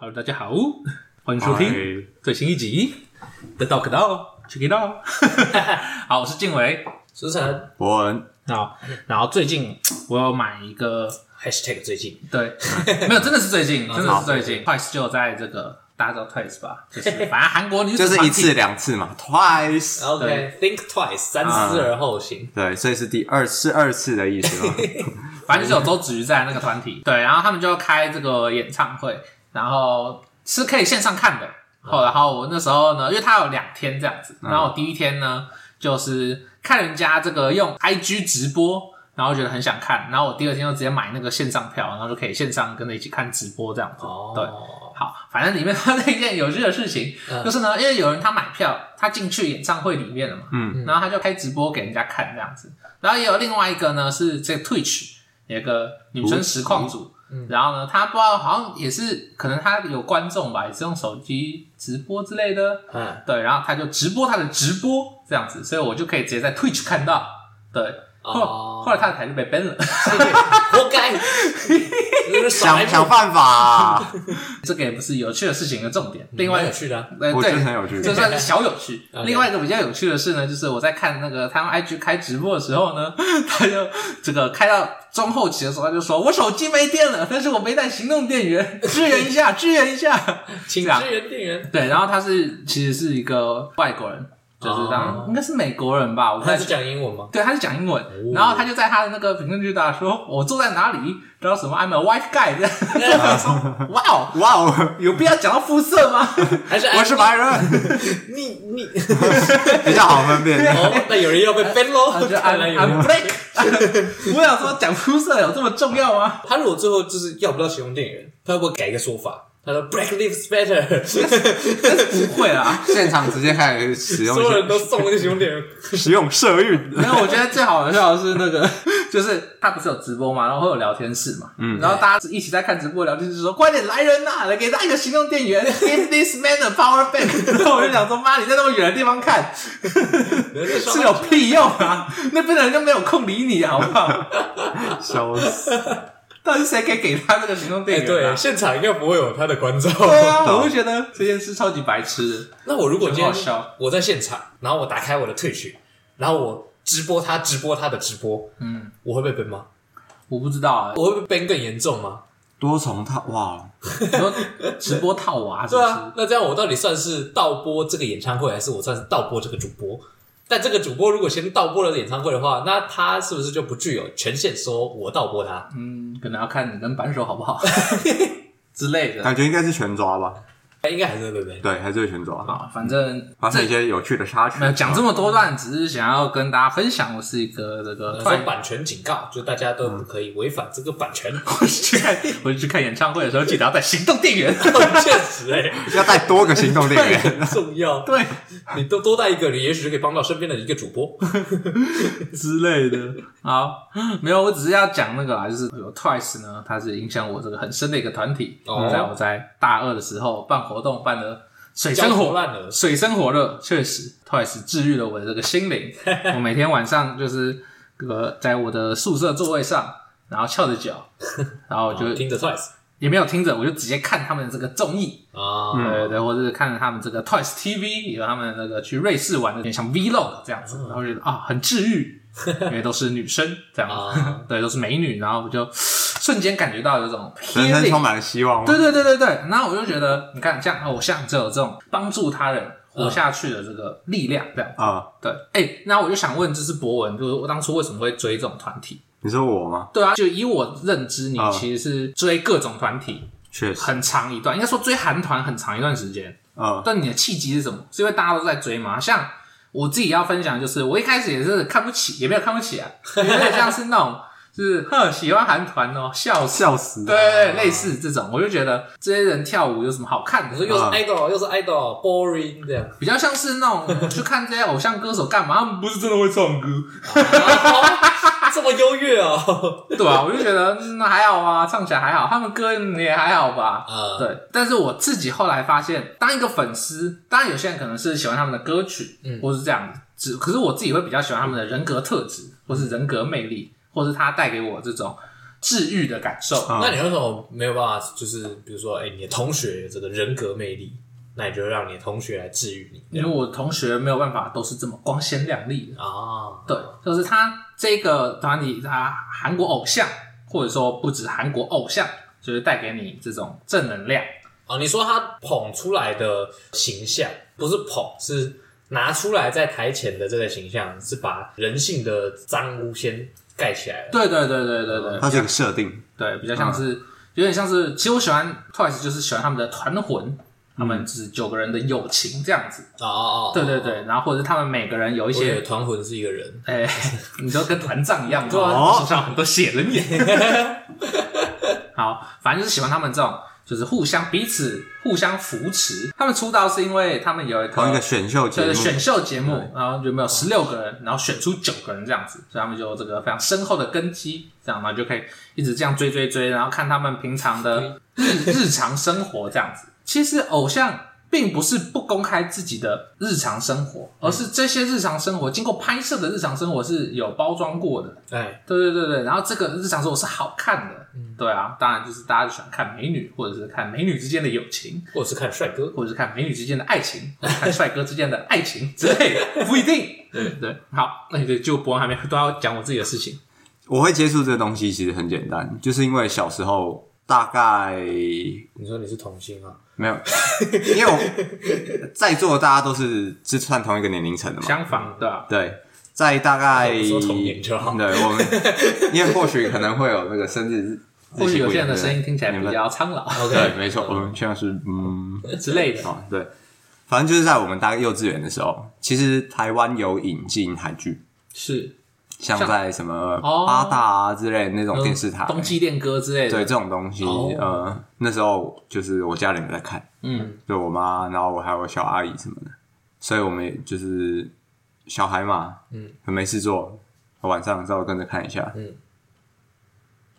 Hello，大家好， 欢迎收听最新一集的 Talk d o Check It Out。好，我是静伟。石城博文，好，然后最近我有买一个， #hashtag 最近对， 没有，真的是最近，真的是最近。Twice 就有在这个大家知道 Twice 吧，就是 反正韩国女子就是团一体次两次嘛，twice。 OK，Think Twice，三啊思而后行。对，所以是第二是二次的意 思嘛？反正就是有周子瑜在那个团体，对，然后他们就开这个演唱会，然后是可以线上看的。哦，然后我那时候呢，因为他有两天这样子，然后我第一天呢就是看人家这个用 IG 直播，然后觉得很想看，然后我第二天就直接买那个线上票，然后就可以线上跟着一起看直播这样子。哦，对，好，反正里面发生一件有趣的事情，嗯就是呢，因为有人他买票，他进去演唱会里面了嘛，嗯，然后他就开直播给人家看这样子，然后也有另外一个呢是这个 Twitch 有一个女生实况哦组，嗯然后呢，他不知道好像也是可能他有观众吧，也是用手机直播之类的，嗯，对，然后他就直播他的直播这样子，所以我就可以直接在 Twitch 看到，对，后、哦后来他的台就被 ban 了。 活该，就是少来想一步想 办法，这个也不是有趣的事情的重点。另外蛮有趣的啊呃，嗯我对觉得很有趣这算是小有趣。 OK 另外一个比较有趣的是呢，就是我在看那个他们 IG 开直播的时候呢，他就这个开到中后期的时候，他就说我手机没电了，但是我没带行动电源，支援一下，支援一下， 请这样支援店员，对，然后他是其实是一个外国人，就是当、哦应该是美国人吧，我不他太是哦讲英文吗？对，他是讲英文，然后他就在他的那个评论区打说：“我坐在哪里？”然后什么 “I'm a white guy” 啊这样，我想说哇哦，哇哦，有必要讲到肤色吗？还是 我是白人， 你你？比较好分辨。哦，那有人要被 ban 他喽？啊就看 I'm 来有人 I'm。black。我 想说讲肤色有这么重要吗？他如果最后就是要不到行动电源，他会不会改一个说法？他说 “Black Lives Matter”，不会啊啦，现场直接开始使用所有人都送那个行动电源。 使用社运，没有，我觉得最好笑的是那个， 就是他不是有直播嘛，然后会有聊天室嘛，嗯，然后大家一起在看直播聊天室说，快点来人呐、来给他一个行动电源 ，Give this man a power bank。然后我就想说，妈，你在那么远的地方看， 是哦有屁用 啊！那边的人就没有空理你，好不 好？笑死！到底是谁可以给他这个行动哎，电源、啊对，现场应该不会有他的观众。对 啊，我会觉得这件事超级白痴的。那我如果今天很好笑我在现场，然后我打开我的退群，然后我直播他直播他的直播，嗯，我会被 ban 吗？我不知道啊，我会被 ban 更严重吗？多重套哇，哦你说直播套娃是对不是？啊，那这样我到底算是倒播这个演唱会，还是我算是倒播这个主播？但这个主播如果先倒播了演唱会的话，那他是不是就不具有权限说我倒播他？嗯，可能要看你跟扳手好不好之类的感觉应该是全抓吧？应该还是会被 ban。对，还是会全抓。啊。反正发生一这些有趣的插曲没有，讲这么多段，只是想要跟大家分享，我是一个这个说快，呃版权警告，就大家都不可以违反这个版权， 我去看我去看演唱会的时候，记得要带行动电源。确实哎、要带多个行动电源，很重要。对你多多带一个，你也许就可以帮到身边的一个主播。之类的， 好，没有，我只是要讲那个啊，就是有 Twice 呢，它是影响我这个很深的一个团体。哦在我在大二的时候办活动，办的水深焦头火烂额水深火热，确实 Twice 治愈了我的这个心 灵。我每天晚上就是呃，在我的宿舍座位上，然后翘着脚，然后我就 哦听着 Twice 也没有听着，我就直接看他们的这个综艺，啊，对对对，或者是看着他们这个 Twice TV，有他们那个去瑞士玩的，有点像 Vlog 这样子，然后觉得啊很治愈，因为都是女生这样子，啊 对，都是美女，然后我就瞬间感觉到有一种人生 healing 充满了希望。对对对对对，然后我就觉得，你看，像偶像就有这种帮助他人活下去的这个力量，这样、啊，对。哎、那我就想问，就是博文，就是我当初为什么会追这种团体？你说我吗？对啊，就以我认知，你嗯其实是追各种团体确实，很长一段，应该说追韩团很长一段时间。嗯，但你的契机是什么？是因为大家都在追吗？像我自己要分享，的就是我一开始也是看不起，也没有看不起 啊，有点像是那种，就是哼，喜欢韩团哦，笑死。笑死。对对，对类似这种，我就觉得这些人跳舞有什么好看的？你说又是 idol 又是 idol，boring 这样。比较像是那种去看这些偶像歌手干嘛？他们不是真的会唱 歌，啊这么优越哦。对吧、我就觉得嗯那还好啊，唱起来还好，他们歌也还好吧。啊，对，但是我自己后来发现，当一个粉丝，当然有些人可能是喜欢他们的歌曲，嗯或是这样子，只可是我自己会比较喜欢他们的人格特质，或是人格魅力，或是他带给我这种治愈的感受。嗯那你为什么没有办法？就是比如说，哎、你的同学有这个人格魅力，那你就让你的同学来治愈你这因样为我同学没有办法都是这么光鲜亮丽的，啊？对，就是他这个团体，他韩国偶像，或者说不止韩国偶像，就是带给你这种正能量。哦，你说他捧出来的形象不是捧，是拿出来在台前的这个形象，是把人性的脏污先盖起来了。对对对对对对它是一个设定，对，比较像是、有点像是，其实我喜欢 Twice 就是喜欢他们的团魂，他们就是九个人的友情这样子。哦哦哦，对对对，然后或者他们每个人有一而且些。团魂是一个人，哎、你就跟团藏一样，对啊哦手上有很多血人眼。好，反正就是喜欢他们这种，就是互相彼此互相扶持。他们出道是因为他们有一个同一个选秀节对目对，，选秀节目，然后有没有十六个人，然后选出九个人这样子，所以他们就有这个非常深厚的根基，这样嘛就可以一直这样追追追，然后看他们平常的日 日常生活这样子。其实偶像并不是不公开自己的日常生活，而是这些日常生活经过拍摄的日常生活是有包装过的，哎，对对对对，然后这个日常生活是好看的，对啊，当然就是大家就喜欢看美女，或者是看美女之间的友情，或者是看帅哥，或者是看美女之间的爱情，或者看帅哥之间的爱情之类的，不一 定。对对，好，那你就博还没都要讲我自己的事情。我会接触这个东西其实很简单，就是因为小时候大概你说你是童星啊？没有，因为我在座大家都是是算同一个年龄层的嘛，相反，对吧、对，在大概我说童年就好对我 们，因为或许可能会有那个生日，或许有些人的声音听起来你比们较苍老对，没错，我们像是嗯， 之类的。哦，对，反正就是在我们大概幼稚园的时候，其实台湾有引进韩剧，是像像在什么哦八大啊之类的那种电视台，冬季恋歌之类对的。这种东西，哦呃，那时候就是我家里人在看，嗯，就我妈，然后我还有小阿姨什么的，所以我们也就是小孩嘛，嗯，很没事做，晚上稍微跟着看一下，嗯，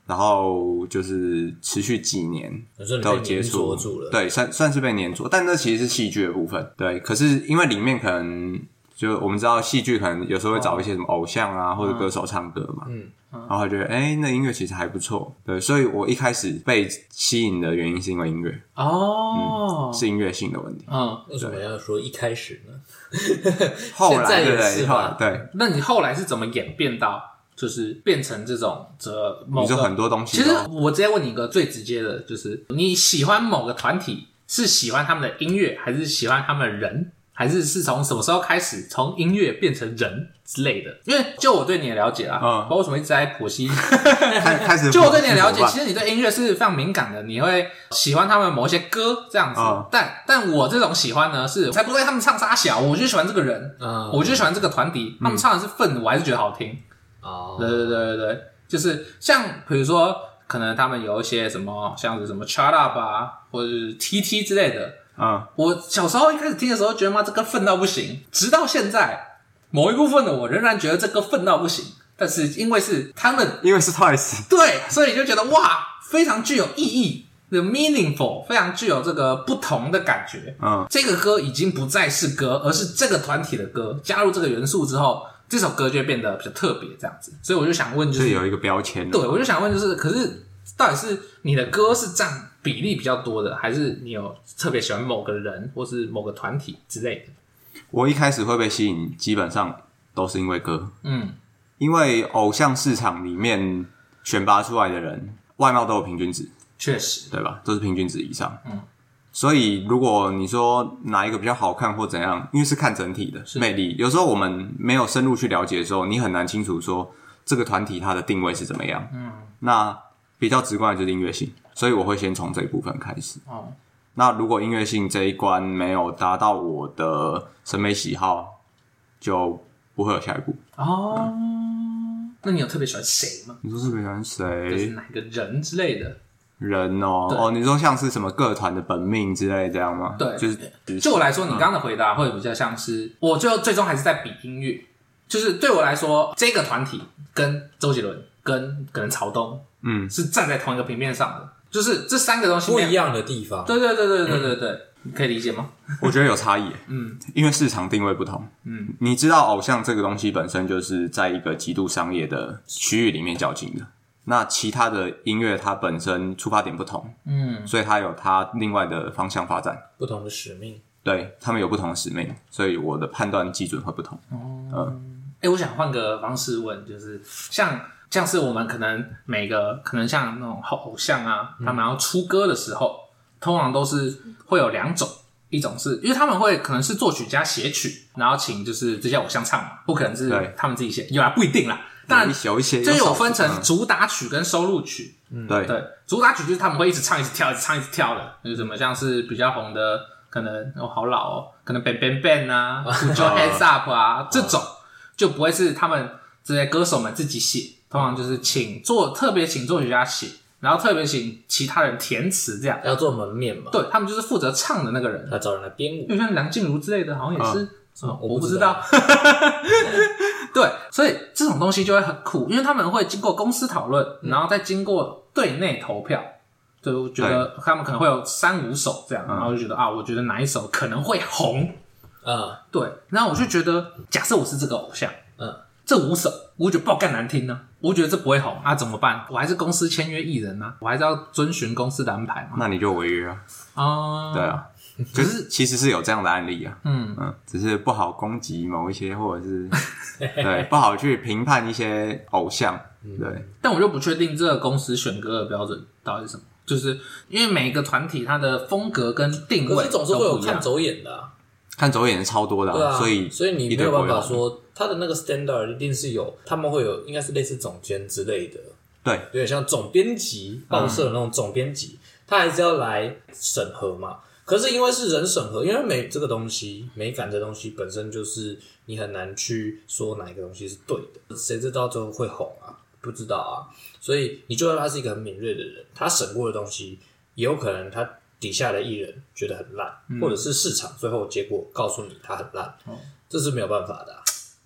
然后就是持续几年你哦说你都有被接黏触着住了，对，算算是被黏着，但那其实是戏剧的部分，对，可是因为里面可能。就我们知道戏剧可能有时候会找一些什么偶像啊，或者歌手唱歌嘛，嗯，然后觉得哎、那音乐其实还不错，对，所以我一开始被吸引的原因是因为音乐，哦，嗯是音乐性的问题。嗯，为什么要说一开始呢？后现来在也对不是对？后来吧对，那你后来是怎么演变到就是变成这种这某你个说很多东西哦其都，实我直接问你一个最直接的，就是你喜欢某个团体是喜欢他们的音乐，还是喜欢他们人，还是是从什么时候开始从音乐变成人之类的？因为就我对你的了解啊，嗯包括为什么一直在剖 析， 开开始就我对你的了解，其实实你对音乐是非常敏感的，你会喜欢他们某一些歌这样子。嗯但但我这种喜欢呢，是才不对他们唱啥小，我就喜欢这个人，嗯，我就喜欢这个团体，他们唱的是愤怒，我还是觉得好听。对哦，对对对对，就是像比如说，可能他们有一些什么像是什么 Shut Up 啊，或者是 TT 之类的。嗯，我小时候一开始听的时候，觉得妈这个愤到不行，直到现在某一部分的我仍然觉得这个愤到不行，但是因为是他们因为是 Twice，对，所以就觉得哇，非常具有意义。the meaningful 非常具有这个不同的感觉，嗯，这个歌已经不再是歌，而是这个团体的歌。加入这个元素之后，这首歌就会变得比较特别，这样子。所以我就想问，就就是有一个标签，对，我就想问，就是可是到底是你的歌是占比例比较多的，还是你有特别喜欢某个人或是某个团体之类的？我一开始会被吸引，基本上都是因为歌，嗯，因为偶像市场里面选拔出来的人，外貌都有平均值，确实，对吧？都是平均值以上，嗯。所以，如果你说哪一个比较好看或怎样，因为是看整体的是魅力。有时候我们没有深入去了解的时候，你很难清楚说这个团体它的定位是怎么样。嗯，那比较直观的就是音乐性，所以我会先从这一部分开始。哦，那如果音乐性这一关没有达到我的审美喜好，就不会有下一步。哦，那你有特别喜欢谁吗？你说是不是喜欢就是谁哪个人之类的？人哦？对哦，你说像是什么各团的本命之类这样吗？对就是就我来说，你刚刚的回答会比较像是，我最后最终还是在比音乐，就是对我来说，这个团体跟周杰伦跟可能曹东嗯，是站在同一个平面上的，就是这三个东西不没有一。样的地方，对对对对对对对，你可以理解吗？我觉得有差异。嗯，因为市场定位不同。嗯，你知道偶像这个东西本身就是在一个极度商业的区域里面较劲的，那其他的音乐它本身出发点不同，嗯，所以它有它另外的方向发展。不同的使命。对他们有不同的使命，所以我的判断基准会不同。哎、我想换个方式问，就是像像是我们可能每个可能像那种偶像啊，他们要出歌的时候，通常都是会有两种，一种是因为他们会可能是作曲家写曲，然后请就是这些偶像唱嘛，不可能是对他们自己写，有啊不一定啦，当然有一。有一些这少有数分成嗯主打曲跟收录曲，对对，主打曲就是他们会一直唱、一直跳、一直唱、一直跳的，就是什么像是比较红的，可能哦好老哦，可能 Bang Bang Bang 啊，Put Your Hands Up 啊这种，就不会是他们这些歌手们自己写，通常就是请作特别请作曲家写，然后特别请其他人填词这样，要做门面嘛，对他们就是负责唱的那个人，要找人来编舞。就像梁静茹之类的，好像也是。呃嗯我我不不知知道道， 对，所以这种东西就会很酷，因为他们会经过公司讨论，然后再经过队内投票，就觉得他们可能会有三五首这样，然后就觉得啊，我觉得哪一首可能会红，嗯，对，然后我就觉得，假设我是这个偶像，嗯，这五首我觉得爆干难听呢、我觉得这不会红啊，怎么办？我还是公司签约艺人啊，我还是要遵循公司的安排嘛，那你就违约啊，啊、对 啊。可是其实是有这样的案例啊，嗯嗯，只是不好攻击某一些，或者是对不好去评判一些偶像，对，但我就不确定这个公司选歌的标准到底是什么，就是因为每一个团体它的风格跟定可位是总是会都有不一样看走眼的啊，看走眼的超多的对啊、啊，所以所以你一没定有办不法会红说他的那个 standard 一定是有，他们会有应该是类似总监之类的，对有点像总编辑报社的那种总编辑，他还是要来审核嘛。可是因为是人审核，因为美这个东西，美感这东西本身就是你很难去说哪一个东西是对的，谁知道最后会红啊？不知道啊，所以你就算他是一个很敏锐的人，他审过的东西，也有可能他底下的艺人觉得很烂，或者是市场最后结果告诉你他很烂，这是没有办法的啊、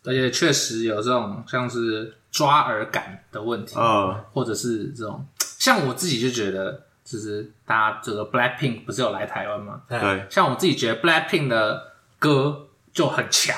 而且确实有这种像是抓耳感的问题，呃，或者是这种像我自己就觉得，就是大家这个 Blackpink 不是有来台湾吗？哎，对，像我自己觉得 Blackpink 的歌就很强，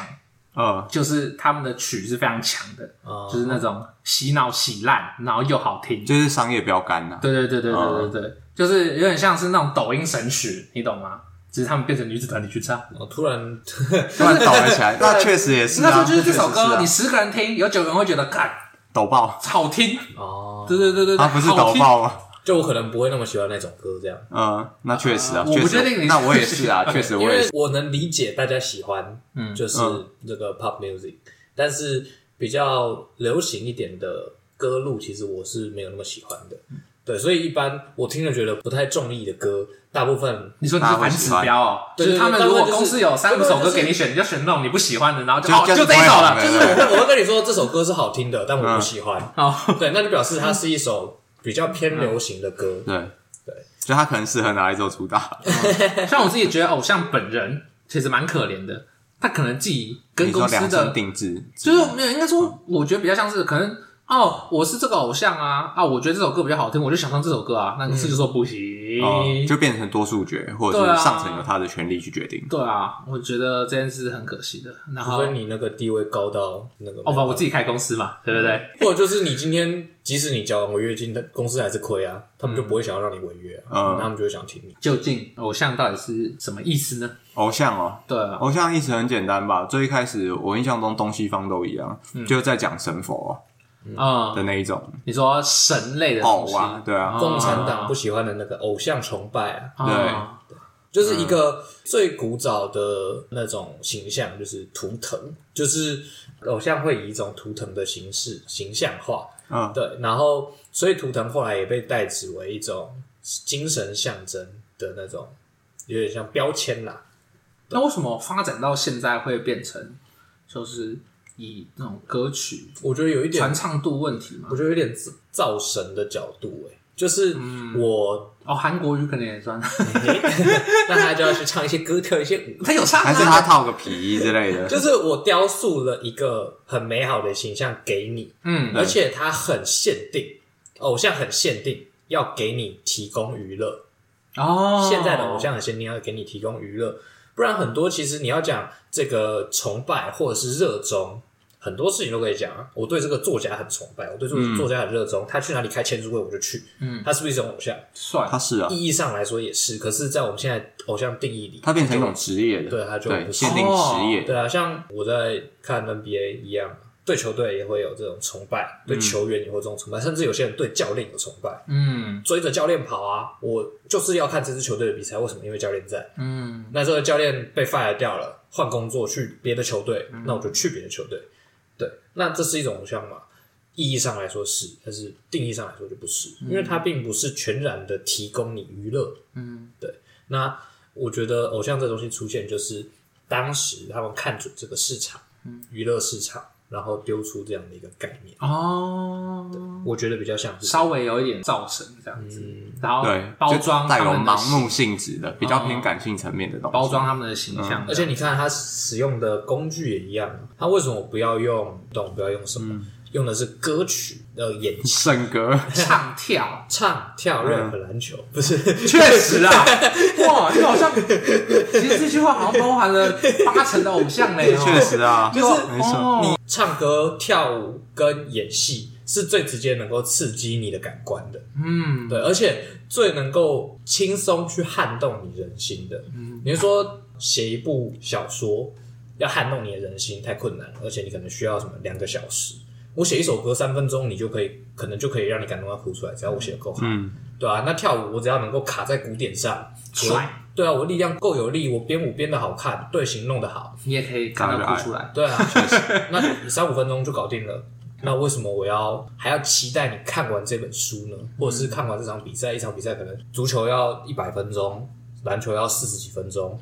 呃，就是他们的曲是非常强的，哦就是那种洗脑洗烂，然后又好听。就是商业标杆呐、啊，对对对对对对对，就是有点像是那种抖音神曲，你懂吗？只是他们变成女子团体去唱。我哦突然 突然抖了起来，那确实也是、啊，那时候就是这首歌，确你实是啊十个人听，有九个人会觉得，看抖爆，好听。哦，对对对对，对它不是好抖听爆啊吗？就我可能不会那么喜欢那种歌这样，嗯，那确实啊，我不确实确定你那我也 是啊，确实因我也为是，我能理解大家喜欢，嗯就是嗯这个 pop music，但是比较流行一点的歌路，其实我是没有那么喜欢的。嗯对，所以一般我听了觉得不太中意的歌，大部分你说你是反指标哦，对就对对是他们如大果部分就是公司有三五首歌给你选，你就选那种你不喜欢的，然后就好就是这一首不了会。就是对我会我会跟你说这首歌是好听的，但我不嗯喜欢。好，对，那就表示它是一首比较偏流行的歌。对对，就他可能适合拿来做主打，像我自己觉得偶像本人其实蛮可怜的，他可能自己跟你说公量司身的，定制，就是嗯没有应该说，我觉得比较像是可能哦，我是这个偶像啊啊，我觉得这首歌比较好听，我就想唱这首歌啊，那公司就说不行，嗯哦，就变成多数决，或者对啊是上层有他的权利去决定。对啊，我觉得这件事很可惜的。然除后非你那个地位高到那个，哦不，我自己开公司嘛，对不对？或者就是你今天即使你交完违约金，但公司还是亏啊，他们就不会想要让你违约啊，嗯他们就会想听你。究竟偶像到底是什么意思呢？偶像哦，对啊，偶像意思很简单吧？最一开始我印象中东西方都一样，就是在讲神佛嗯啊，的那一种你说神类的东偶西，啊，对啊，共产党不喜欢的那个偶像崇拜啊，哦就是一个最古早的那种形象，就是图腾，就是偶像会以一种图腾的形式形象化，嗯对，然后所以图腾后来也被代指为一种精神象征的那种，有点像标签啦。那为什么发展到现在会变成就是以那种歌曲我觉得有一点传唱度问题嘛我？觉得有点造造神的角度、欸，就是我，哦，韩国语可能也算， 那他就要去唱一些歌，跳一些舞， 他有唱啊还是他套个皮之类的，就是我雕塑了一个很美好的形象给你，嗯对而且它很限定，偶像很限定，要给你提供娱乐。哦，现在的偶像很限定，要给你提供娱乐，不然很多其实你要讲这个崇拜或者是热衷，很多事情都可以讲啊。我对这个作家很崇拜，我对这嗯个作家很热衷，他去哪里开签书会我就去。嗯，他是不是一种偶像？算他是啊，意义上来说也是，可是，在我们现在偶像定义里，他变成一种职业的，对他就对不是限定职哦业，对啊，像我在看 NBA 一样，对球队也会有这种崇拜，对球员也会有这种崇拜，甚至有些人对教练有崇拜，嗯追着教练跑啊！我就是要看这支球队的比赛，为什么？因为教练在。嗯，那这个教练被 fire 掉了，换工作去别的球队，那我就去别的球队。对，那这是一种偶像嘛？意义上来说是，但是定义上来说就不是，因为它并不是全然的提供你娱乐。嗯，对。那我觉得偶像这东西出现，就是当时他们看准这个市场，娱乐市场，然后丢出这样的一个概念，哦，我觉得比较像是稍微有一点造成这样子，然后对，包就装带他有们的盲形目性质的，比较偏感性层面的东西，包装他们的形象，而且你看，它使用的工具也一样。啊它为什么不要用懂？不要用什么？嗯用的是歌曲的演戏、整个唱跳，唱、跳、rap、篮球，不是？ 嗯 确实啊， 哇，你好像其实这句话好像包含了八成的偶像嘞，哦 确实啊，就是没错，哦你唱歌、跳舞跟演戏是最直接能够刺激你的感官的，嗯，对，而且最能够轻松去撼动你人心的。嗯，你是说写一部小说要撼动你的人心太困难了，而且你可能需要什么两个小时。我写一首歌三分钟，你就可以，可能就可以让你感动到哭出来，只要我写的够好。嗯，对啊，那跳舞我只要能够卡在鼓点上，我帅，对啊，我力量够有力，我编舞编的好看，队形弄得好，你也可以看到哭出来，对啊，那三五分钟就搞定了。那为什么我要还要期待你看完这本书呢？或者是看完这场比赛？一场比赛可能足球要一百分钟，篮球要四十几分钟，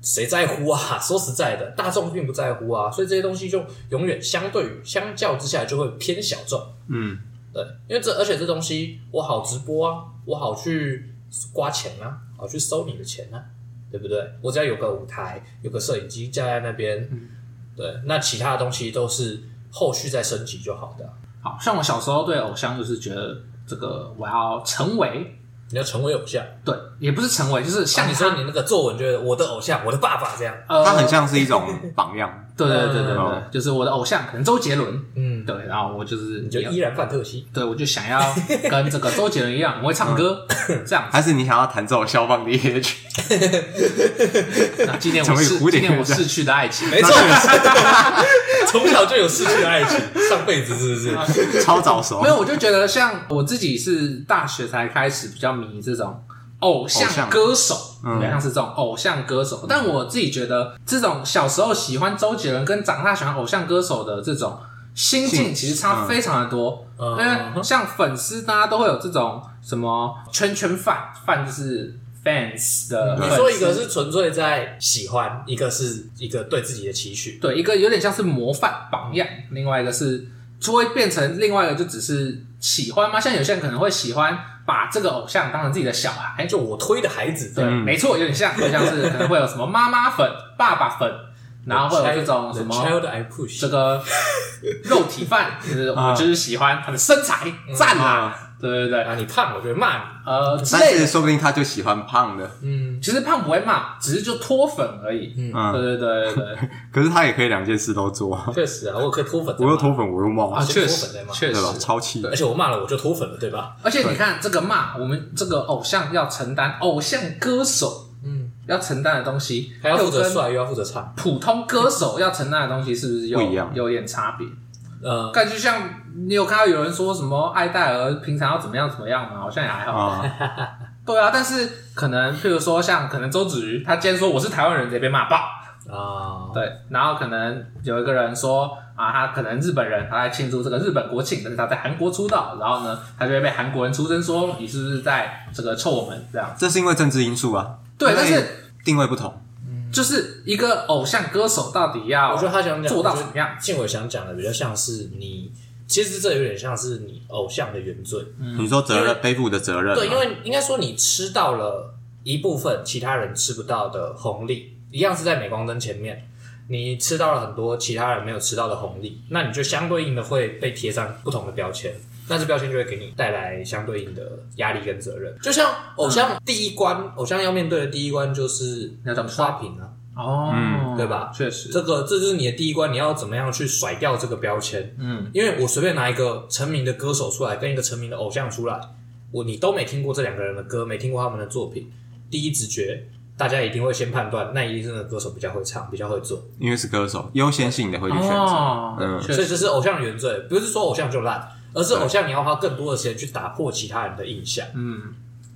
谁在乎啊？ 说实在的，大众并不在乎啊，所以这些东西就永远相对于相较之下就会偏小众。嗯，对，因为这而且这东西我好直播啊，我好去刮钱啊，好去收你的钱啊，对不对？我只要有个舞台，有个摄影机架在那边，对，那其他的东西都是后续再升级就好的啊、好像我小时候对偶像就是觉得这个我要成为，你要成为偶像，啊对，也不是成为，就是像像你他说你那个作文，就是我的偶像，我的爸爸这样，呃，它很像是一种榜样，对，对对对对哦对，就是我的偶像可能周杰伦，嗯，对，然后我就是你就依然范特西，对我就想要跟这个周杰伦一样，我会唱歌，这样子。还是你想要弹奏肖邦的夜曲？那纪念成我为逝古纪典念我乐家逝去的爱情， 没错， 从小就有失去的爱情，上辈子是不是？超早熟没，有，我就觉得像我自己是大学才开始比较迷这种偶偶像像歌手，嗯对像是这种偶像歌手。但我自己觉得，这种小时候喜欢周杰伦跟长大喜欢偶像歌手的这种心境，性其实差嗯非常的多。嗯因为像粉丝，大家都会有这种什么圈圈饭，饭就是 fans 的粉嗯你丝。说一个是纯粹在喜欢，一个是一个对自己的期许，对，一个有点像是模范榜样，另外一个是就会变成另外一个就只是喜欢吗？像有些人可能会喜欢把这个偶像当成自己的小孩，就我推的孩子这对，样。没错，有点像，就像是可能会有什么妈妈粉、爸爸粉，然后会有这种什 The 么 Child I push，这个肉体饭，就是我就是喜欢他的身材，赞啊，对对对，啊，你胖我就会骂你。呃之但类是的。说不定他就喜欢胖的，嗯，其实胖不会骂，只是就脱粉而已。嗯对嗯，对对对对，可是他也可以两件事都做啊，确实啊，我有可以脱粉我的嘛，又脱粉，我又啊，冒，确脱实粉的嘛确对实吧？，超气，而且我骂了我就脱粉了，对吧？而且你看，这个骂我们这个偶像要承担偶像歌手嗯，要承担的东西，还要负又责跟帅，又要负责唱。普通歌手 要承担的东西是不是有不一样有点差别？呃，感觉像你有看到有人说什么艾戴尔平常要怎么样怎么样吗？好像也还好。啊，对啊，但是可能譬如说像可能周子瑜，他今天说我是台湾人，直接被骂爆。啊，对，然后可能有一个人说啊，他可能日本人，他在庆祝这个日本国庆，但是他在韩国出道，然后呢，他就会被韩国人出声说你是不是在这个臭我们这样。这是因为政治因素啊，对，但因为是定位不同，就是一个偶像歌手到底我要觉得他想讲做到怎么样？静伟想讲的比较像是你，其实这有点像是你偶像的原罪。你说责任背负的责任啊，对，因为应该说你吃到了一部分其他人吃不到的红利，一样是在镁光灯前面，你吃到了很多其他人没有吃到的红利，那你就相对应的会被贴上不同的标签。那这标签就会给你带来相对应的压力跟责任，就像偶像第一关，偶像要面对的第一关就是要怎么刷屏啊，哦，对吧确实，这个这就是你的第一关，你要怎么样去甩掉这个标签？嗯，因为我随便拿一个成名的歌手出来，跟一个成名的偶像出来，我你都没听过这两个人的歌，没听过他们的作品，第一直觉大家一定会先判断，那一定是那个歌手比较会唱，比较会做，因为是歌手，优先性的会去选择。哦，嗯确所以实，这是偶像的原罪，不是说偶像就烂，而是偶像你要花更多的时间去打破其他人的印象。嗯，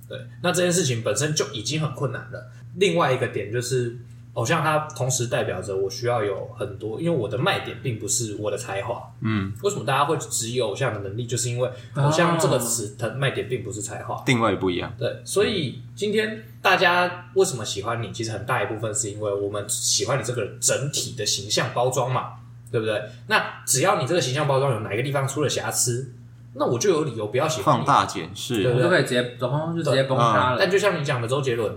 对，那这件事情本身就已经很困难了。另外一个点就是，偶像它同时代表着我需要有很多，因为我的卖点并不是我的才华。嗯，为什么大家会质疑偶像的能力？就是因为偶像这个词它卖点并不是才华。定位不一样，对，所以今天大家为什么喜欢你？其实很大一部分是因为我们喜欢你这个整体的形象包装嘛，对不对？那只要你这个形象包装有哪一个地方出了瑕疵，那我就有理由不要喜欢你啊放。大检对视嗯我就可以直接，然后就直接崩塌了但。就像你讲的，周杰伦，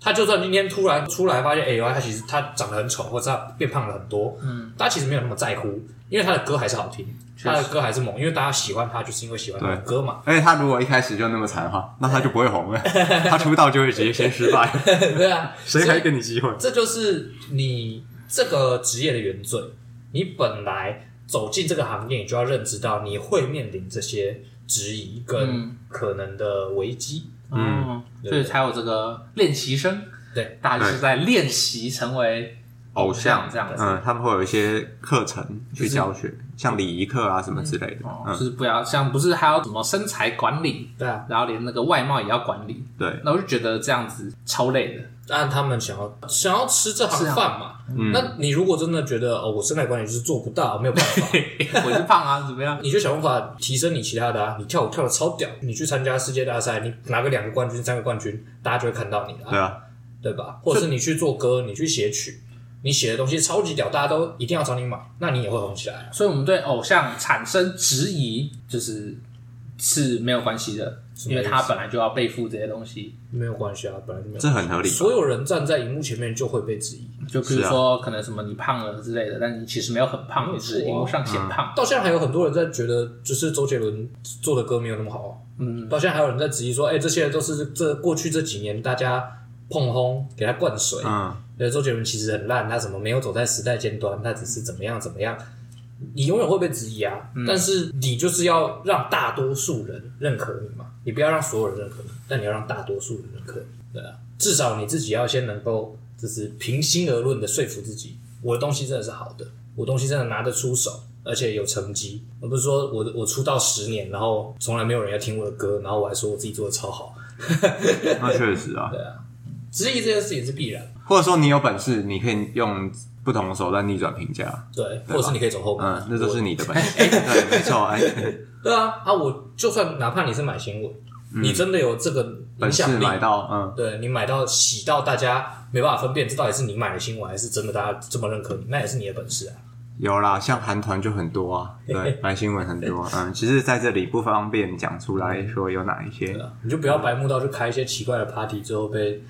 他就算今天突然出来发现，哎、呦，他其实他长得很丑，或者他变胖了很多，嗯，他其实没有那么在乎，因为他的歌还是好听，他的歌还是猛，因为大家喜欢他，就是因为喜欢他的歌嘛， 而且他如果一开始就那么惨的话，那他就不会红了，他出道就会直接先失败，对啊，谁所以还给你机会？这就是你这个职业的原罪。你本来走进这个行业，你就要认知到你会面临这些质疑跟嗯可能的危机。嗯，对所以才有这个练习生，对，大家就是在练习成为偶像这样子，嗯，他们会有一些课程去教学，像礼仪课啊什么之类的。哦，嗯，就是不要像不是还有什么身材管理，对啊，然后连那个外貌也要管理，对，那我就觉得这样子超累的，按他们想要想要吃这行饭嘛。嗯那你如果真的觉得哦，我身材管理就是做不到，没有办 法，我是胖啊，怎么样？你就想办法提升你其他的啊。你跳舞跳的超屌，你去参加世界大赛，你拿个两个冠军、三个冠军，大家就会看到你了、对啊，对吧？或者是你去做歌，你去写曲，你写的东西超级屌，大家都一定要找你买，那你也会红起来啊。所以我们对偶像产生质疑，就是是没有关系的，么意思因为他本来就要背负这些东西。没有关系啊，本来就没有。这很合理。所有人站在荧幕前面就会被质疑，就比如是啊说，可能什么你胖了之类的，但你其实没有很胖，没有你只是错啊荧幕上显胖。到现在还有很多人在觉得，就是周杰伦做的歌没有那么好、啊。嗯，到现在还有人在质疑说，哎、这些都是这过去这几年大家碰轰给他灌水，嗯，对周杰伦其实很烂，他什么没有走在时代尖端，他只是怎么样怎么样，你永远会被质疑啊。但是你就是要让大多数人认可你嘛，你不要让所有人认可你，但你要让大多数人认可你，对啊，至少你自己要先能够就是平心而论的说服自己，我的东西真的是好的，我东西真的拿得出手。而且有成绩，而不是说我我出道十年，然后从来没有人要听我的歌，然后我还说我自己做的超好，那确实啊，质疑这件事情是必然， 或者说你有本事，你可以用不同的手段逆转评价。对，或者是你可以走后门，嗯，那都是你的本事。对，没错，哎，对啊，啊，我就算哪怕你是买新闻，你真的有这个影嗯本事响力，买到，嗯，对你买到洗到大家没办法分辨，这到底是你买的新闻还是真的大家这么认可你，那也是你的本事啊。有啦，像韩团就很多啊，对，白新闻很多，嗯，其实在这里不方便讲出来说有哪一些对啊你就不要白目到去开一些奇怪的 party，最后被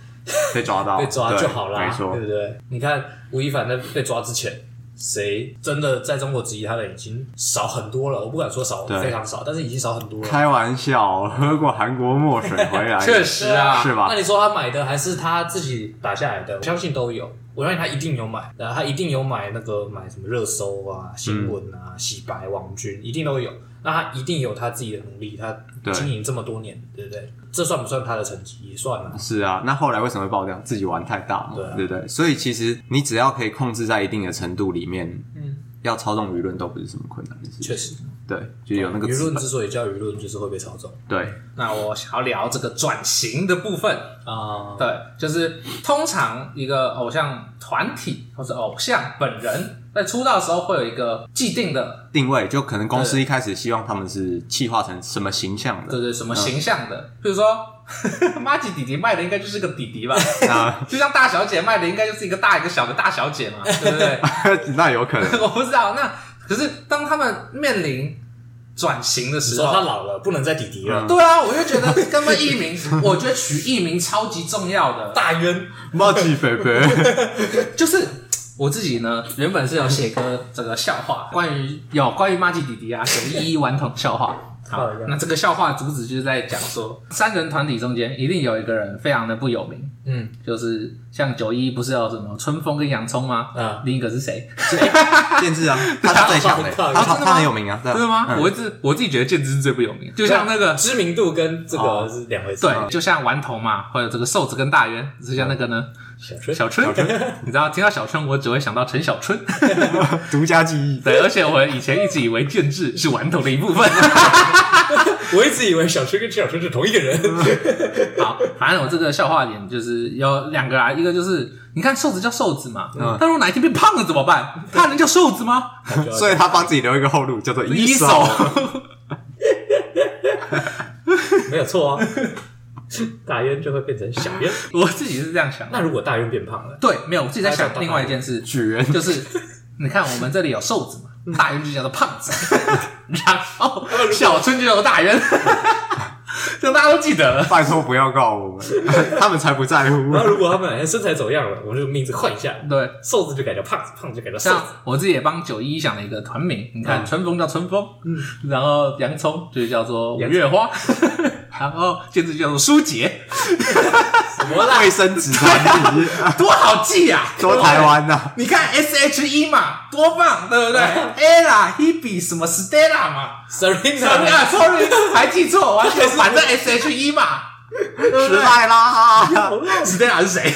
被抓到，被抓嗯哦对就好啦，没错对，不对？你看吴亦凡在被抓之前，谁真的在中国质疑他的已经少很多了，我不敢说少对非常少，但是已经少很多了。开玩笑，喝过韩国墨水回来，确实啊，是吧那？你说他买的还是他自己打下来的？我相信都有，我相信他一定有买，然后他一定有买那个买什么热搜啊、新闻啊、洗白、网军，一定都有。那他一定有他自己的努力，他对经营这么多年，对不对？这算不算他的成绩？也算啊。是啊，那后来为什么会爆掉？自己玩太大嘛，对啊对不对？所以其实你只要可以控制在一定的程度里面，嗯，要操纵舆论都不是什么困难的事情。确实，对，就有那个舆资论本。之所以叫舆论，就是会被操纵对，那我想要聊这个转型的部分。啊。对，就是通常一个偶像团体或者偶像本人在出道的时候会有一个既定的，定位就可能公司一开始希望他们是气化成什么形象就的，是什么形象的，比如说 妈吉弟弟卖的应该就是个弟弟吧，那就像大小姐卖的应该就是一个大一个小的大小 姐嘛，对不对？那有可能，我不知道。那可是当他们面临转型的只时说他候，老了，不能再弟弟了，对啊，我就觉得 跟他艺名，我觉得取艺名超级重要的。大冤冒起肥肥，就是我自己呢，原 本是有写个这个笑话，关于有关于马吉弟弟啊，九一一顽童笑话。好好一，样那这个笑话主旨就是在讲说，三人团体中间一定有一个人非常的不有名，嗯就是像九一不是有什么春风跟洋葱吗？啊，另一个是谁？建制啊，他是最强的，靠他靠他很有名啊，对啊真的吗？嗯啊我一直我自己觉得建之是最不有名，就像那个知名度跟这个是两回事。对，嗯就像顽童嘛，或者这个瘦子跟大圆，就像那个呢小嗯春小 春，你知道听到小春，我只会想到陈小春。 独家记忆，对，而且我以前一直以为建制是顽童的一部 分。我一直以为小春跟小春是同一个人。 好，反正我这个笑话点就是有两个啦，啊一个就是你看瘦子叫瘦子嘛，嗯但如果哪一天变胖了怎么办？他能叫瘦子吗？所以他帮自己留一个后路，叫做一手。手 没有错 啊，大渊就会变成小渊。我自己是这样想的。那如果大渊变胖了，对，没有，我自己在大家想都另外一件事，举人就是你看我们这里有瘦子嘛，大圆就叫做胖子， 然后小春就叫做大圆，这大家都记得了。拜托不要告我 们，他们才不在乎。那如果他们哪天身材走样了，我们就名字换一下，对，瘦子就改叫胖子，胖子就改叫瘦像子。我自己也帮九一想了一个团名，你看嗯春风叫春风，然后洋葱就叫做五月花，然后建制叫做舒洁，什么啦？卫生纸团体，多好记啊！说台湾呐、你看 S H E 嘛，多棒，对不对？Ella、Hebe 什么 Stella 嘛，sorry Serena，啊，sorry，还记错，完全反正 S H E 嘛，对不失对败啦， ？Stella 是谁？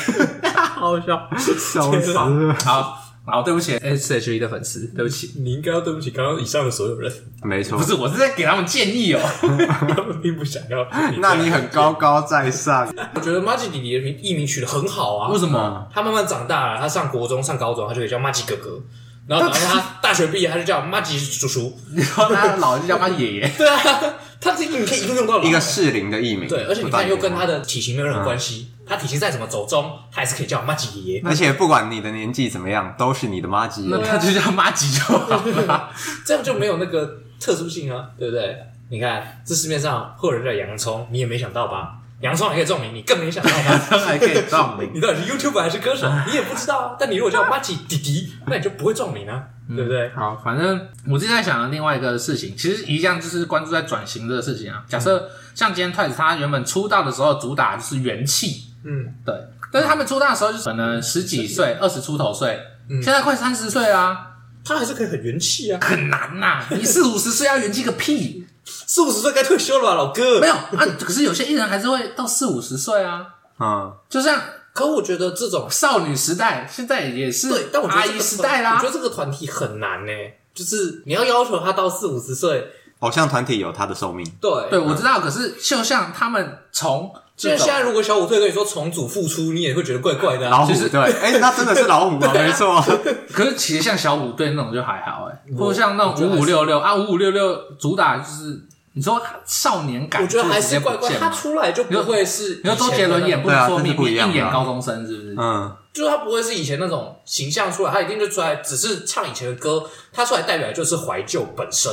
好好笑。 笑死了。好，好，对不起 S H E 的粉丝，对不起，你应该要对不起刚刚以上的所有人，没错不，是，我是在给他们建议哦。他们并不想要。那你很高高在上，我觉得 m a g i 弟弟的名艺名取得很好啊，为什么？嗯他慢慢长大了，他上国中、上高中，他就可以叫 m a g i 哥哥。然后，然后他大学毕业，他就叫 m a g i 叔叔。你说他老就叫他爷爷，对啊，他这个你可以一路用到老。一个适龄的艺名。对，而且你看又跟他的体型没有任何关系，嗯他体型再怎么走中，他还是可以叫马吉爷爷。而且不管你的年纪怎么样，都是你的妈吉。那他就叫妈吉就好了。这样就没有那个特殊性啊，对不对？你看这市面上会有人叫洋葱，你也没想到吧？洋葱还可以中名，你更没想到吧？ 还可以撞名，你到底是 YouTuber 还是歌手，你也不知道啊。但你如果叫马吉弟弟，那你就不会中名啊，嗯对不对？好，反正我自己在想的另外一个事情，其实一样就是关注在转型这个事情啊。假设像今天 Twice 他原本出道的时候主打就是元气，嗯，对，但是他们出道的时候就是可能十几岁、二十出头岁，嗯现在快三十岁啦，他还是可以很元气啊。很难呐、你四五十岁要元气个 屁，四五十岁该退休了吧，老哥没。有啊。可是有些艺人还是会到四五十岁啊，嗯，就像可我觉得这种少女时代现在也是对，但我觉得阿这个姨时团代啦，我觉得这个团体很难呢、就是你要要求他到四五十岁，偶像团体有他的寿命，对对，我知道。可是就像他们从就这像现种在，如果小五退跟你说重组复出，你也会觉得怪怪的、啊。老虎就是对， 哎，那真的是老虎啊，没错 啊。可是其实像小五队那种就还好哎、欸，我或者像那我觉种得还五是五六六啊，五五六六主打就是你说少年感，我觉得就还是直接怪不怪，见他嘛。出来就不会是你说周杰伦演不，不能说对啊这是明不一明样的啊硬演高中生是不是？嗯，就是他不会是以前那种形象出来，他一定就出来只是唱以前的歌，他出来代表的就是怀旧本身。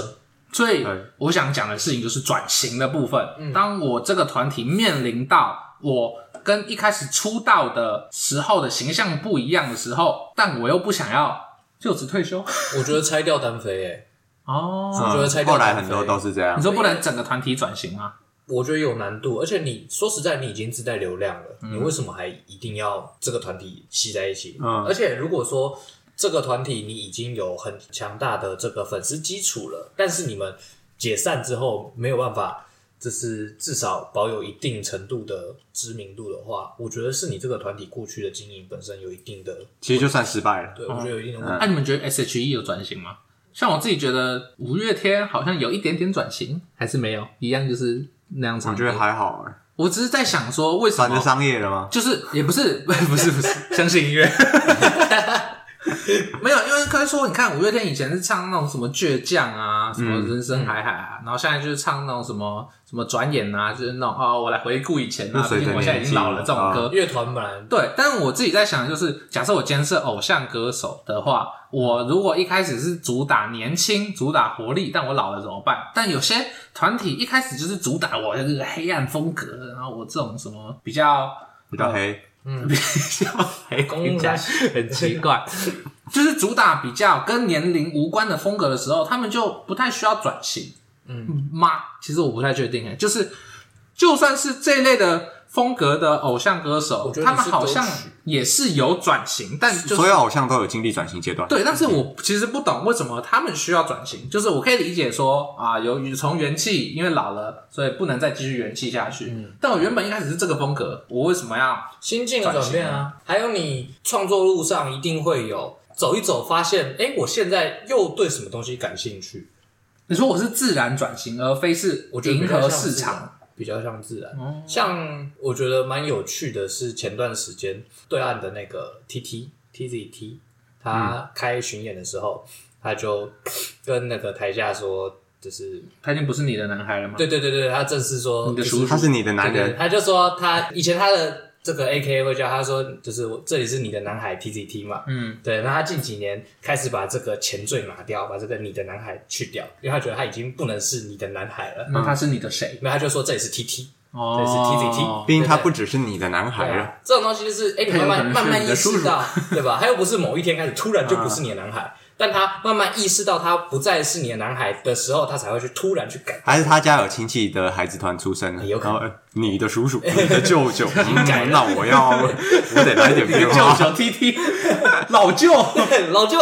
所以对我想讲的事情就是转型的部分。当我这个团体面临到我跟一开始出道的时候的形象不一样的时候，但我又不想要就此退休我觉得拆掉单飞、欸，哦。我觉得拆嗯掉后单飞来很多都是这样你。说不能整个团体转型吗？我觉得有难度，而且你说实在，你已经自带流量了，你为什么还一定要这个团体吸在一起？嗯而且如果说这个团体你已经有很强大的这个粉丝基础了，但是你们解散之后没有办法，就是至少保有一定程度的知名度的话，我觉得是你这个团体过去的经营本身有一定的，其实就算失败了。对我觉得有一定的问题。那、你们觉得 S.H.E 有转型吗？像我自己觉得五月天好像有一点点转型，还是没有，一样就是那样唱我歌。觉得还好哎，我只是在想说，为什转么着商业了吗？就是也不是 不是不是，相信音乐。 没有，因为可以说，你看五月天以前是唱那种什么倔强啊，什么人生海海啊，然后现在就是唱那种什么什么转眼啊，就是那种哦，我来回顾以前啊，就毕随着竟我现在已经老了啊年这纪种歌。乐团本来对，但是我自己在想，就是假设我今天是偶像歌手的话，我如果一开始是主打年轻、主打活力，但我老了怎么办？但有些团体一开始就是主打我的这个黑暗风格，然后我这种什么比较比嗯较黑，比较黑，公家很奇 怪，就是主打比较跟年龄无关的风格的时候，他们就不太需要转型。嗯吗？其实我不太确定诶，欸就是就算是这一类的风格的偶像歌手我觉，得他你们是好歌像曲也是有转型，但就是所有偶像都有经历转型阶段。对，但是我其实不懂为什么他们需要转型，就是我可以理解说啊，由于从元气因为老了，所以不能再继续元气下去。嗯但我原本一开始是这个风格，我为什么要心境的转变啊，还有你创作路上一定会有走一走，发现哎、诶我现在又对什么东西感兴趣，你说我是自然转型，而非是啊我觉得迎比较合像市自场？哦然，比较像自然。像我觉得蛮有趣的是，前段时间对岸的那个 T T T Z T，他开巡演的时候，嗯他就跟那个台下说，就是他已经不是你的男孩了吗？对对对对，他正式说你的就是叔叔他是你的男对对人，他就说他以前他的这个 A K A 会叫他说，就是我这里是你的男孩 T Z T 嘛，嗯，对。那他近几年开始把这个前缀拿掉，把这个你的男孩去掉，因为他觉得他已经不能是你的男孩了。那他是你的谁？那他就说这里是 T T，哦对是 TZT 毕竟他不只是你的男对孩了。啊，这种东西就是哎、你慢慢他有可能慢是慢你意的叔叔识到，对吧？他又不 是啊某一天开始突然就不是你的男孩，但他慢慢意识到他不再是你的男孩的时候，他才会去突然去改还是他家有亲戚的孩子团出生了，有可能然后呃你的 叔叔、你的舅舅，嗯那我要，我得来 点变舅化。舅 T T 老舅， 老舅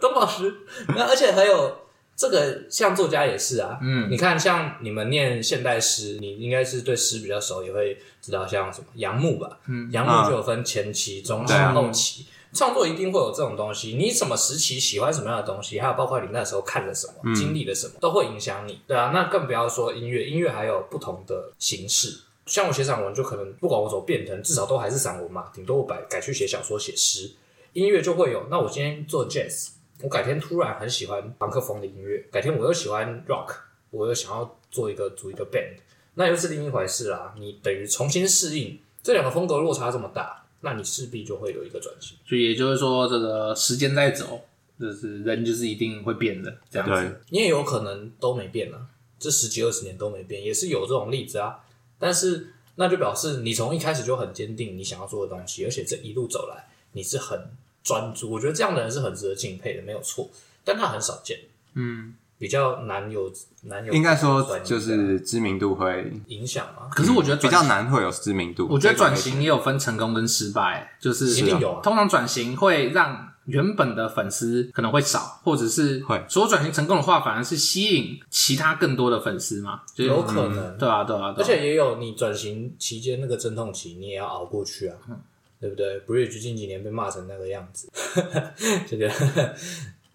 东宝石，那而且还有这个，像作家也是啊，嗯，你看像你们念现代诗，你应该是对诗比较熟，也会知道像什么杨牧吧，嗯，杨牧就有分前期、中期、啊对啊后期。创作一定会有这种东西，你什么时期喜欢什么样的东西，还有包括你那时候看了什么、嗯经历了什么，都会影响你。对啊，那更不要说音乐，音乐还有不同的形式。像我写散文，就可能不管我怎么变成，至少都还是散文嘛，顶多我改改去写小说、写诗。音乐就会有。那我今天做 jazz，我改天突然很喜欢朋克风的音乐，改天我又喜欢 rock，我又想要做一个组一个 band，那又是另一回事啦。你等于重新适应这两个风格落差这么大，那你势必就会有一个转型。就也就是说，这个时间在走，就是人就是一定会变的，这样子。对，你也有可能都没变啊，这十几二十年都没变，也是有这种例子啊。但是那就表示你从一开始就很坚定你想要做的东西，而且这一路走来你是很专注。我觉得这样的人是很值得敬佩的，没有错，但他很少见，嗯，比较难有难有应该说转移的就是知名度会影响嘛，可是我觉得嗯比转较难，会有知名度。我觉得转这种型也有分成功跟失败，就是一定有啊通常转型会让原本的粉丝可能会少，或者是会所有转型成功的话，反而是吸引其他更多的粉丝嘛，就是有可能，对啊，对啊，对啊而且也有你转型期间那个阵痛期，你也要熬过去啊，嗯对不对？Bridge 近几年被骂成那个样子， 这个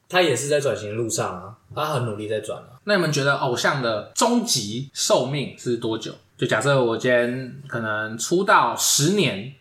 他也是在转型路上啊，他很努力在转啊。那你们觉得偶像的终极寿命是多久？就假设我今天可能出道十年，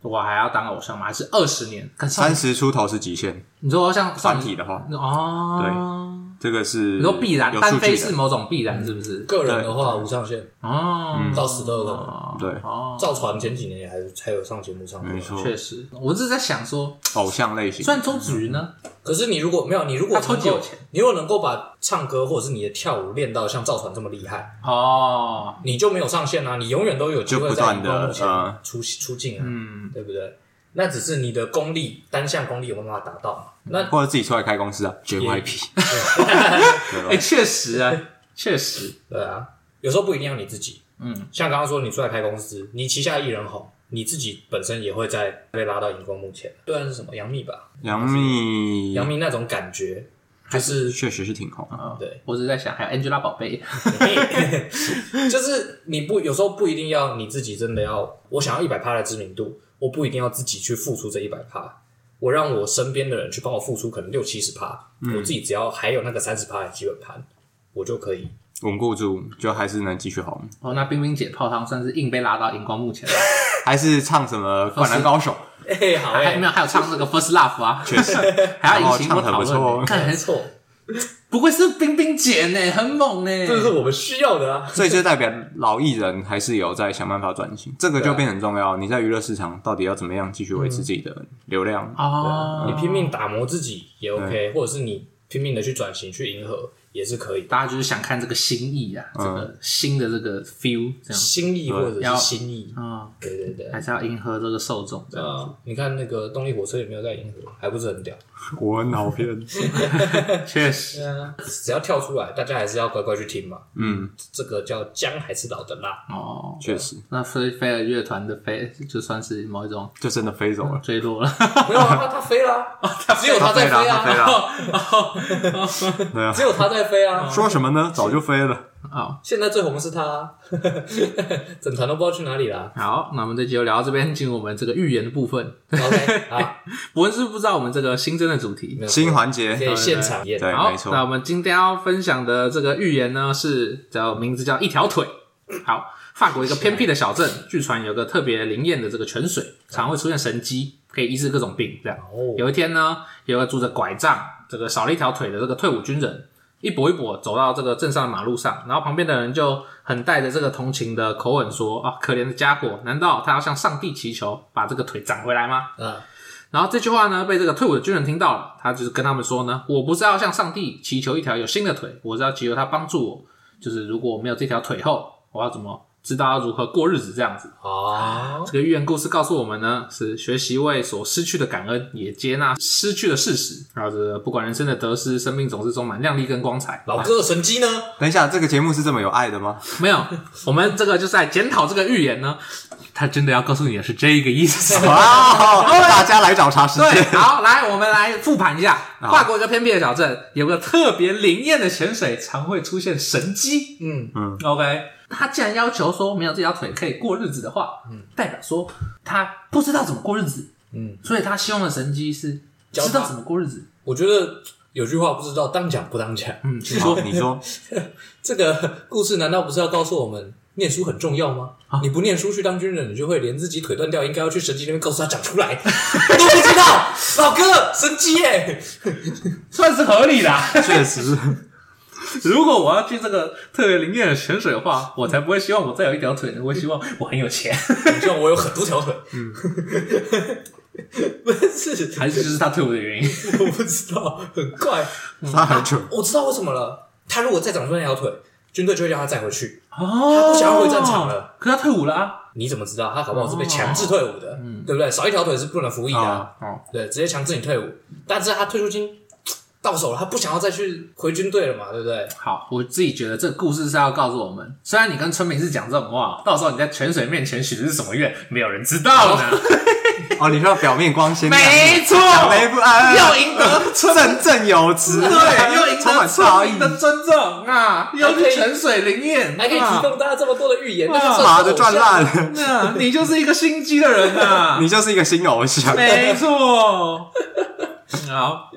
我还要当偶像吗？还是二十年？跟少三十出头是极限，你说像少团女体的话，哦，这个是嗯你说必然，嗯有数单据飞的是某种必然，是不是？个人的话，无上限哦，到死都有可能。哦对哦，赵传前几年也还还有上节目上过嗯没，错，确实，我是在想说，偶像类型虽然周子瑜呢，可是你如果没有，你如果他超级能够有钱，你如果能够把唱歌或者是你的跳舞练到像赵传这么厉害，哦，你就没有上限啊，你永远都有机就会不在断荧地光幕前呃出出镜啊，嗯，对不对？那只是你的功力单项功力有没有办法达到嘛？那或者自己出来开公司啊，JYP， 哎，确实啊，确实，对啊，有时候不一定要你自己，嗯，像刚刚说你出来开公司，你旗下艺人红，你自己本身也会在被拉到荧光幕前。对啊，是什么？杨幂吧，杨幂杨幂那种感觉， 就是确实是挺红的，对，我只是在想，还有 Angelababy 宝贝，就是你不有时候不一定要你自己真的要，我想要一百趴的知名度，我不一定要自己去付出这一百趴。我让我身边的人去帮我付出，可能六七十趴，我自己只要还有那个三十趴的基本盘，我就可以稳固住，就还是能继续红，哦，那冰冰姐泡汤算是硬被拉到荧光幕前了，还是唱什么《灌篮高手 哎、嘿好哎、还有没有还有唱那个 First Love 啊，确实 还要引起我讨然后唱得不错论哦呢，看没很错，不愧是冰冰姐呢，很猛呢，这是我们需要的啊》，。所以就代表老艺人还是有在想办法转型，这个对就啊变很重要。你在娱乐市场到底要怎么样继续维持自己的流量？哦，你拼命打磨自己也 OK，或者是你拼命的去转型去迎合，也是可以，大家就是想看这个新意啊，这个新的这个 feel 这样心意或者要是心意，啊、对对嗯对。还是要迎合这个受众这样。啊，你看那个动力火车有没有在银河，还不是很屌。我很好骗，确实，啊，只要跳出来，大家还是要乖乖去听嘛。嗯，这个叫姜还是老的 辣，哦， 确实，那飞飞儿乐团的飞就算是某一种就真的飞走了。坠落了。没有啊，它 飞啦，只有它在飞了，飞啊，了， 对啊嗯只，有它在飞啊。 说什么呢？早就飞了。好，现在最红的是它啊， 整团都不知道去哪里啦。 好，那我们这集就聊到这边，进入我们这个预言的部分。 OK 啊，伯恩是不知道我们这个新增的主题没。有新环可节，以现场演。对，好没，错那我。们今天要分享的这个寓言呢，是叫名字叫一条腿。好，法国一个偏僻的小镇，据传有个特别灵验的这个泉水，常会出现神迹，可以医治各种病。这样，哦，有一天呢，有个拄着拐杖、这个少了一条腿的这个退伍军人，一跛一跛走到这个镇上的马路上，然后旁边的人就很带着这个同情的口吻说：“啊，可怜的家伙，难道他要向上帝祈求把这个腿长回来吗？”啊，然后这句话呢，被这个退伍的军人听到了，他就是跟他们说呢，我不是要向上帝祈求一条有新的腿，我是要祈求他帮助我，就是如果我没有这条腿后，我要怎么知道要如何过日子这样子。好，这个寓言故事告诉我们呢，是学习为所失去的感恩，也接纳失去的事实。然后这个不管人生的得失，生命总是充满亮丽跟光彩。老哥的神机呢？等一下，这个节目是这么有爱的吗？ 没有，我们这个就是在检讨这个寓言呢，他真的要告诉你的是这个意思。 哇，大家来找茬时 对，间。好，来，我们来复盘一下。法国一个偏僻的小镇，有个特别灵验的潜水，常会出现神机。嗯， OK，他既然要求说没有这条腿可以过日子的话，嗯，代表说他不知道怎么过日子，嗯，所以他希望的神机是教他知道怎么过日子。我觉得有句话不知道当讲不当讲，嗯，请好说，你说，这个故事难道不是要告诉我们念书很重要吗？啊你不念书去当军人，你就会连自己腿断掉，应该要去神机那边告诉他讲 出来，我都不知道。老哥，神机 耶！算是合理的啊。确 实，如果我要去这个特别灵验的潜水的话，我才不会希望我再有一条腿呢，我会希望我很有钱，你像我有很多条腿，嗯， 不是，还是就是他退伍的原因。我不知道，很怪。他很蠢。我知道为什么了，他如果再长出那条腿，军队就会让他再回去。哦，他不想要回战场了，可是他退伍了啊。你怎么知道他搞不好是被强制退伍的，对不对？少一条腿是不能服役的啊、嗯哦哦对，直接强制你退伍。但是他退休金到手了，他不想要再去回军队了嘛，对不对？好，我自己觉得这个故事是要告诉我们，虽然你跟村民是讲这种话，到时候你在泉水面前许的是什么愿，没有人知道呢。哦，你说表面光鲜亮丽，没错，没不哎安， 又赢得振振有词，对，又赢充得满村差异民。的尊重啊，又是泉水灵验，啊还可以提供大家这么多的预言，那就妈算的是赚烂烂。了，啊，那你就是一个心机的人啊， 你就是一个新偶 像。没错。好，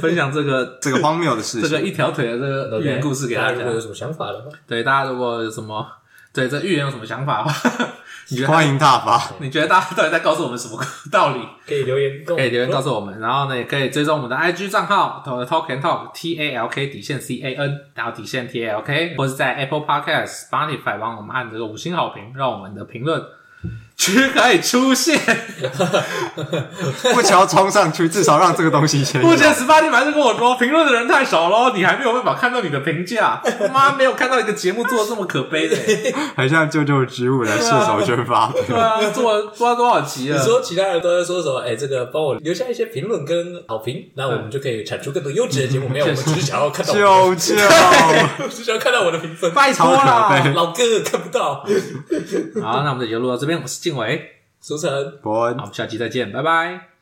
分享这 个这个荒谬的事这个情，一条腿的这个寓言故事给大大家家如。果有什么想法的话，对大家如果有什么对这寓言有什么想法的话， 你觉得欢迎大 发。你觉得大家到底在告诉我们什么道理？可以留言跟我可以留言告诉诉我们，然后呢，也可以追踪我们的 IG 账号 Talk and Talk T A L K 底线 C A N，然后底线 T A L K，或是在 Apple Podcast、Spotify 帮我们按这个五星好评，让我们的评论区可以出 现。不求冲上去，至少让这个东西先有。目前 Spotify 就跟我说，评论的人太少咯，你还没有办法看到你的评价。妈，没有看到一个节目做的这么可悲的、很像救救之物的射手圈发表。 对啊，做了不知道多少集你了。说其他人都在说什么？哎，这个帮我留下一些评论跟好评，那我们就可以产出更多优质的节目。没有，我们只是想要看 到我救救，们， 只是想要看到我的评分。拜托超可啦！悲老哥看不 到，好，那我们这集就录到这边，我是静伟，苏晨。伯恩好，我们下期再见，拜拜。